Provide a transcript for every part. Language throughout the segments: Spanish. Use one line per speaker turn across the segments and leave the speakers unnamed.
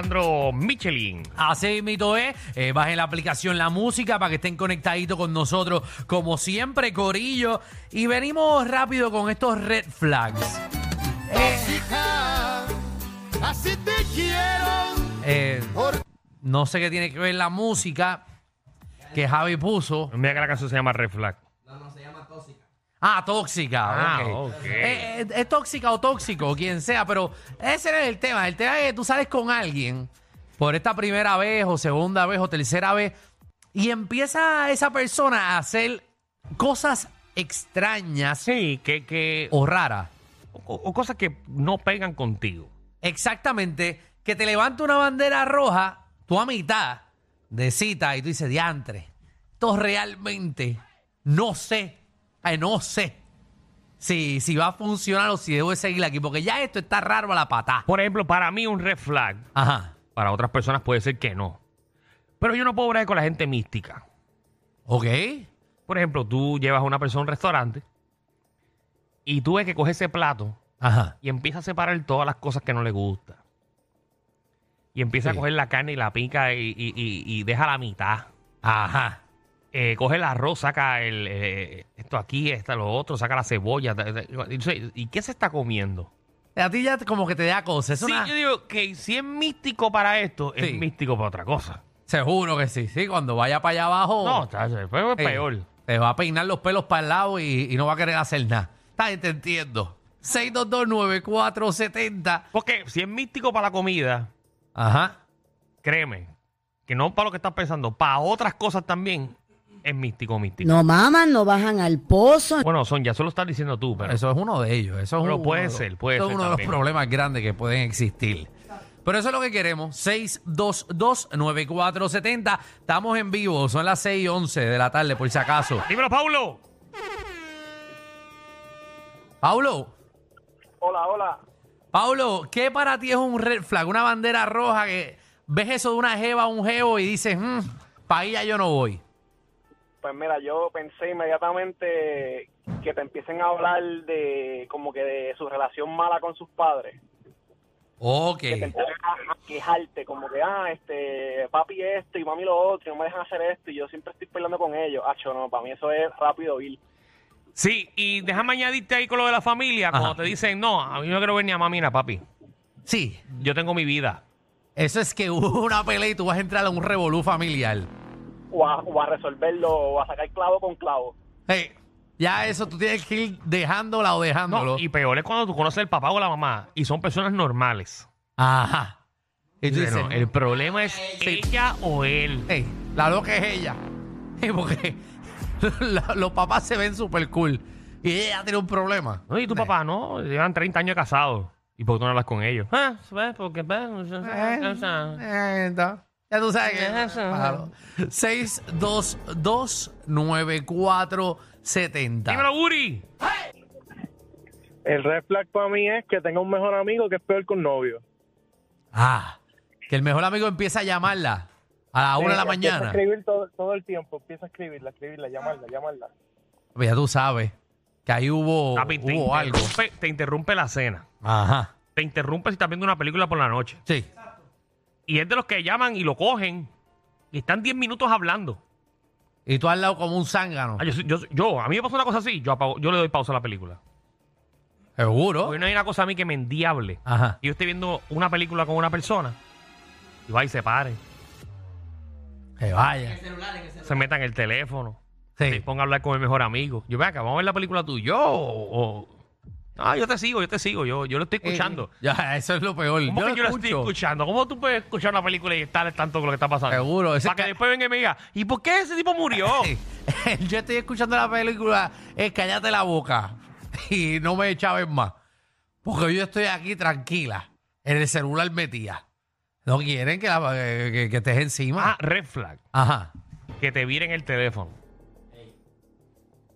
Alejandro Michelin.
Así mito es, Eh, bajen la aplicación La Música para que estén conectaditos con nosotros, como siempre, Corillo. Y venimos rápido con estos red flags.
Así te quiero.
Eh, no sé qué tiene que ver la música que Javi puso.
Mira que la canción se llama Red Flag.
Ah, tóxica.
Ah,
ok.
ok.
Eh, eh, es tóxica o tóxico, quien sea, pero ese no es el tema. El tema es que tú sales con alguien por esta primera vez o segunda vez o tercera vez y empieza esa persona a hacer cosas extrañas
Sí, que, que o,
o raras.
o cosas que no pegan contigo.
Exactamente, que te levanta una bandera roja, tú a mitad de cita y tú dices, diantre, esto realmente no sé, ay, no sé si, si va a funcionar o si debo de seguir aquí, porque ya esto está raro a la patada.
Por ejemplo, para mí un Red Flag,
Ajá,
para otras personas puede ser que no. Pero yo no puedo hablar con la gente mística.
ok,
Por ejemplo, tú llevas a una persona a un restaurante y tú ves que coge ese plato
ajá.
y empieza a separar todas las cosas que no le gusta. Y empieza
Sí.
a coger la carne y la pica y, y- y- y deja la mitad.
Ajá.
eh, coge el arroz, saca el, eh, esto aquí, esto, lo otro, saca la cebolla. ta- ta- Entonces, ¿Y qué se está comiendo?
A ti ya como que te da cosas. Es
Sí,
una-
yo digo que si es místico para esto, es
Sí.
místico para otra cosa.
Seguro que sí, sí. Cuando vaya para allá abajo.
No, chacho, después es
Ey,
peor.
Te va a peinar los pelos para el lado y, y no va a querer hacer nada. Está bien, te entiendo. 6229470.
Porque si es místico para la comida,
Ajá.
créeme, que no para lo que estás pensando, para otras cosas también, es místico, místico.
No maman, no bajan al pozo,
Bueno, son, ya eso lo estás diciendo tú, pero
Eso es uno de ellos. Eso es
Pero
uno
puede
de-
ser, puede
eso
ser
es uno de
también.
los problemas grandes que pueden existir. Pero eso es lo que queremos. 6229470. Estamos en vivo. Son las 6 y 11 de la tarde, por si acaso.
dímelo, Paulo.
Paulo,
Hola, hola.
Paulo, ¿qué para ti es un red flag? Una bandera roja que ves eso de una jeva, un jevo y dices, mmm, para ahí ya yo no voy.
Pues mira, yo pensé inmediatamente que te empiecen a hablar de como que de su relación mala con sus padres.
Ok.
Que te empiecen a, a quejarte, como que, ah, este, papi esto y mami lo otro, y no me dejan hacer esto, y yo siempre estoy peleando con ellos. Acho, no, para mí eso es rápido ir.
Sí, y déjame añadirte ahí con lo de la familia,
Ajá.
cuando te dicen, no, a mí no quiero ver ni a mami ni a papi.
Sí,
Yo tengo mi vida.
eso es que hubo una pelea y tú vas a entrar a un revolú familiar.
O a, o a resolverlo, o a sacar clavo con clavo.
Hey, ya eso tú tienes que ir dejándola o
No,
dejándolo.
y peor es cuando tú conoces al papá o la mamá y son personas normales.
Ajá. Y tú
Dice,
dices,
no, el problema es ella o él.
"Ey, la loca es ella. Ey, porque la- los papás se ven súper cool. Y ella tiene un problema.
No, y tu papá, no, llevan 30 años casados. ¿Y por qué tú no hablas con ellos? Ah, ¿sabes? Porque, pues, no sé,
Eh,
no sé.
eh, no. Ya tú sabes que.
Eso.
Pájalo. 6229470.
Dímelo, Uri.
El red flag para mí es que tenga un mejor amigo que es peor que un novio.
Ah, que el mejor amigo empieza a llamarla a la una de la
Sí, empieza a
mañana.
escribir todo, todo el tiempo, empieza a escribirla, escribirla, llamarla, llamarla.
Pues Ya tú sabes que ahí hubo,
Papi, te,
hubo algo.
interrumpe, te interrumpe la cena.
Ajá.
Te interrumpe si estás viendo una película por la noche.
Sí.
Y es de los que llaman y lo cogen y están 10 minutos hablando.
Y tú al lado como un zángano.
Ah, yo, soy- yo, soy- yo- a mí me pasó una cosa así, yo, apago- yo le doy pausa a la película.
Seguro.
Porque no hay una cosa a mí que me endiable.
Ajá.
Y yo estoy viendo una película con una persona y va y se pare.
Que vaya.
se meta en el teléfono, se
Sí.
ponga a hablar con el mejor amigo. Yo, ven acá, vamos a ver la película tú y yo. O, o- Ah, yo te sigo, yo te sigo, yo, yo lo estoy escuchando.
Ya, eso es lo peor.
¿Cómo
Eh, Yo,
que yo
lo
lo estoy
escucho.
escuchando? ¿Cómo tú puedes escuchar una película y estar al tanto con lo que está pasando?
Seguro, ese
Para que
ca-
después venga y me diga, ¿y por qué ese tipo murió?
Sí. yo estoy escuchando la película eh, Cállate la boca. Y no me echaben más. Porque yo estoy aquí tranquila. En el celular metía. No quieren que, la- que- que- que estés
ah,
encima.
red flag.
Ajá.
Que te viren el teléfono.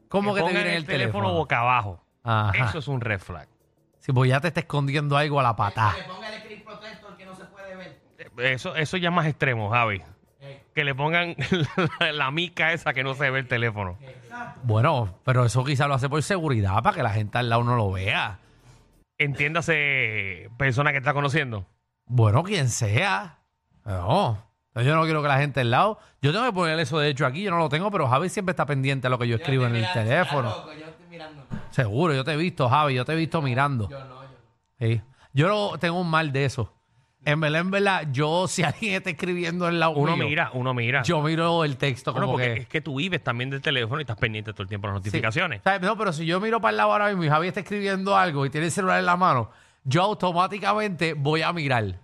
¿Cómo que, te
pongan
viene el teléfono?
boca abajo.
Ajá.
Eso es un red flag.
Sí, pues ya te está escondiendo algo a la patada.
Eso, eso ya es más extremo, Javi. Que le pongan la, la mica esa que no se ve el teléfono.
Bueno, pero eso quizá lo hace por seguridad, para que la gente al lado no lo vea.
Entiéndase, persona que está conociendo.
Bueno, quien sea. No. No, Yo no quiero que la gente al lado. Yo tengo que poner eso de hecho aquí, yo no lo tengo, pero Javi siempre está pendiente a lo que yo, escribo en el teléfono. Seguro, yo te he visto, Javi, yo te he visto mirando. Yo no, yo Yo no- tengo un mal de eso. En verdad, en verdad, yo, si alguien está escribiendo en la
Uno mira, uno mira.
Yo miro el texto
Bueno,
como
porque
que.
es que tú vives también del teléfono y estás pendiente todo el tiempo de las
Sí.
notificaciones.
¿Sabes? No, pero si yo miro para el lado ahora mismo y Javi está escribiendo algo y tiene el celular en la mano, yo automáticamente voy a mirar.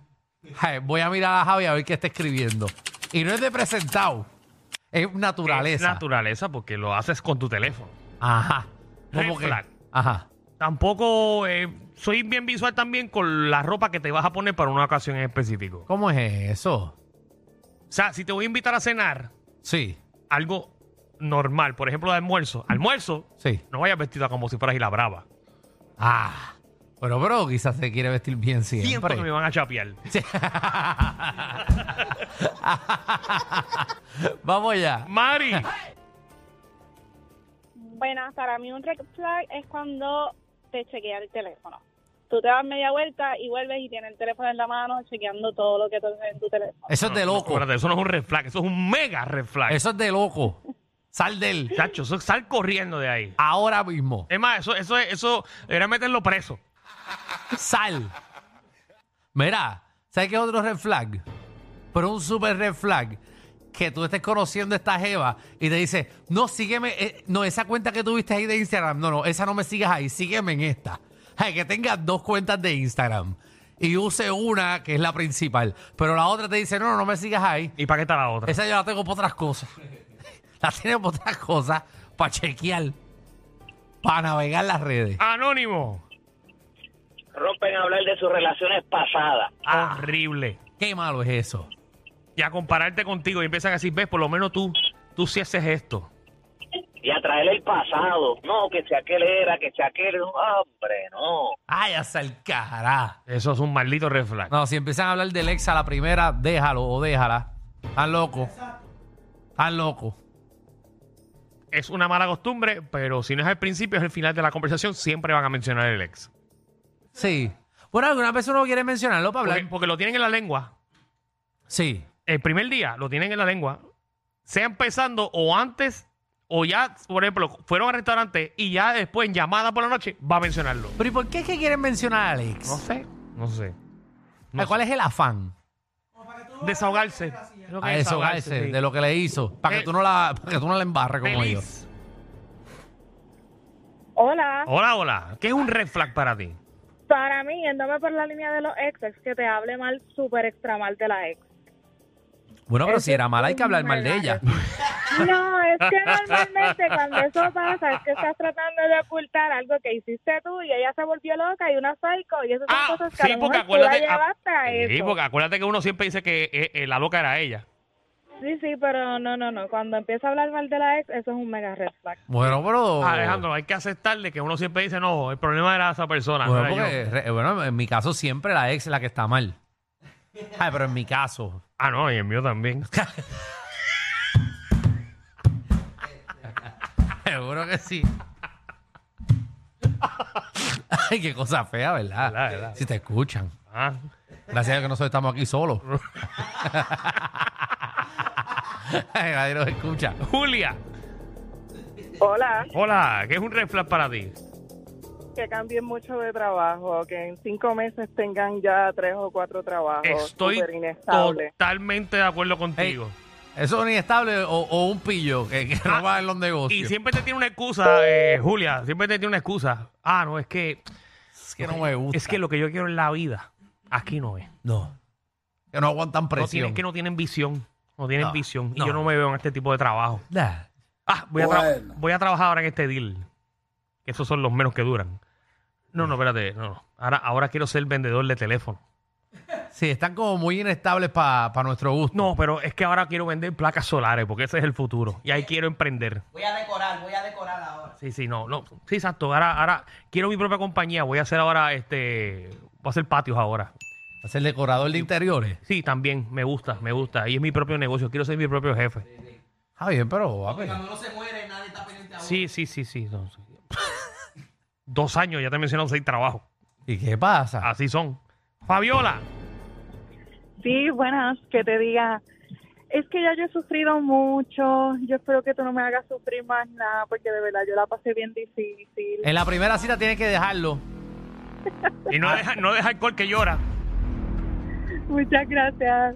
Ay, Voy a mirar a Javi a ver qué está escribiendo. Y no es de presentado, es
Es
naturaleza.
naturaleza porque lo haces con tu teléfono.
Ajá.
Red flag.
Ajá.
Tampoco eh, soy bien visual también con la ropa que te vas a poner para una ocasión en específico. O
¿Cómo es eso?
sea, si te voy a invitar a cenar,
Sí,
algo normal, por ejemplo, de almuerzo. Almuerzo,
sí.
no vayas vestida como si fueras y la brava.
Ah. Pero, bro, quizás se quiere vestir bien siempre.
Siento que me van a chapear.
Sí. Vamos allá.
Mari,
Buenas, para mí un red flag es cuando te chequea el teléfono. Tú te das media vuelta y vuelves y tienes el teléfono en la mano chequeando todo lo que tú tienes en tu
Eh.
teléfono.
Eso es de loco.
espérate, eso no es un red flag, eso es un mega red flag.
Eso es de loco. Sal de él.
Chacho, eso- sal corriendo de ahí.
Ahora mismo.
Es más, eso, eso, eso era meterlo preso.
Sal. Mira, ¿sabes qué es otro red flag? Pero un super red flag. Que tú estés conociendo a esta jeva y te dice, no, sígueme, eh, no, esa cuenta que tuviste ahí de Instagram, no, no, esa no me sigas ahí, sígueme en esta. Ay, que tengas dos cuentas de Instagram y use una que es la principal, pero la otra te dice, no, no, no me sigas ahí,
¿Y para qué está la otra?
esa yo la tengo para otras cosas. la tengo para otras cosas, para chequear, para navegar las redes.
Anónimo.
rompen a hablar de sus relaciones pasadas.
Ah.
Horrible.
Qué malo es eso.
Y a compararte contigo y empiezan a decir, ves, por lo menos tú, tú sí haces esto.
Y a traer el pasado. No, que si aquel era, que si aquel... Hombre, no.
Ay, hasta el cará.
Eso es un maldito red flag.
No, si empiezan a hablar del ex a la primera, déjalo o déjala. Están loco. Están loco.
Es una mala costumbre, pero si no es al principio, es el final de la conversación, siempre van a mencionar el ex.
Sí. Bueno, alguna vez uno quiere mencionarlo para
Porque,
hablar.
porque lo tienen en la lengua.
Sí.
El primer día lo tienen en la lengua. Sea empezando o antes, o ya, por ejemplo, fueron al restaurante y ya después en llamada por la noche va a mencionarlo.
Pero ¿y por qué es que quieren mencionar al ex?
No sé, no sé.
Ay, ¿Cuál es el afán?
Desahogarse. Creo que
A desahogarse
sí.
de lo que le hizo. Para
Eh,
que tú no la, para que tú no la embarres como
Feliz.
yo.
Hola,
Hola, hola. ¿Qué es un red flag para ti?
para mí, yéndome por la línea de los ex, es que te hable mal, súper extra mal de la ex.
Bueno, pero
Ese
si era mala hay que hablar mal de ella.
regalo. No, es que normalmente cuando eso pasa es que estás tratando de ocultar algo que hiciste tú y ella se volvió loca y una psycho y esas son
Ah,
cosas que a lo mejor tú la llevaste a
sí,
eso.
porque acuérdate que uno siempre dice que eh, eh, la loca era ella.
Sí, sí, pero no, no, no. Cuando empieza a hablar mal de la ex, eso es un mega red flag.
Bueno, pero.
Ah, Alejandro, hay que aceptarle que uno siempre dice, no, el problema era esa persona. no
Bueno,
era yo".
porque, re- bueno, en mi caso siempre la ex es la que está mal. Ay, pero en mi caso.
Ah, no, y el mío también.
Seguro que sí. Ay, qué cosa fea, ¿verdad?
Verdad, verdad.
Si te escuchan.
Ah,
Gracias a que nosotros estamos aquí solos. Ay, Nadie nos escucha.
Julia,
Hola,
hola, ¿qué es un red flag para ti?
que cambien mucho de trabajo, que en cinco meses tengan ya tres o cuatro trabajos.
Estoy
Oh, súper inestable.
totalmente de acuerdo contigo.
¿Eso es un inestable o, o un pillo que, que
Ah,
roba en los negocios?
y siempre te tiene una excusa, eh, Julia, siempre te tiene una excusa. Ah, no, es que,
es que no me gusta.
es que lo que yo quiero en la vida, aquí no es.
No. Que no aguantan
No
presión.
tienen, es que no tienen visión. No tienen
No,
visión. Y
no.
yo no me veo en este tipo de trabajo.
Nah.
Ah, voy a, tra-
Bueno.
voy a trabajar ahora en este deal. Que esos son los menos que duran. No, no, espérate. No, no. Ahora, ahora quiero ser vendedor de teléfono.
Sí, están como muy inestables para nuestro gusto.
No, pero es que ahora quiero vender placas solares porque ese es el futuro. Y ahí quiero emprender.
Voy a decorar, voy a decorar ahora.
Sí, sí, no, no. Sí, exacto. Ahora, ahora quiero mi propia compañía. Voy a hacer ahora este. Voy a hacer patios ahora.
Es el decorador de interiores.
Sí, también. Me gusta, me gusta. Y es mi propio negocio. Quiero ser mi propio jefe.
Ah, bien, pero papi.
Cuando uno se muere, nadie está pendiente a uno.
Sí, sí, sí, sí. no, sí. Dos años, ya te mencionaron seis trabajos.
¿Y qué pasa?
Así son. Fabiola.
sí, buenas, que te diga, es que ya yo he sufrido mucho, yo espero que tú no me hagas sufrir más nada, porque de verdad yo la pasé bien difícil.
En la primera cita tienes que dejarlo.
Y no deja, no deja alcohol que llora.
Muchas gracias.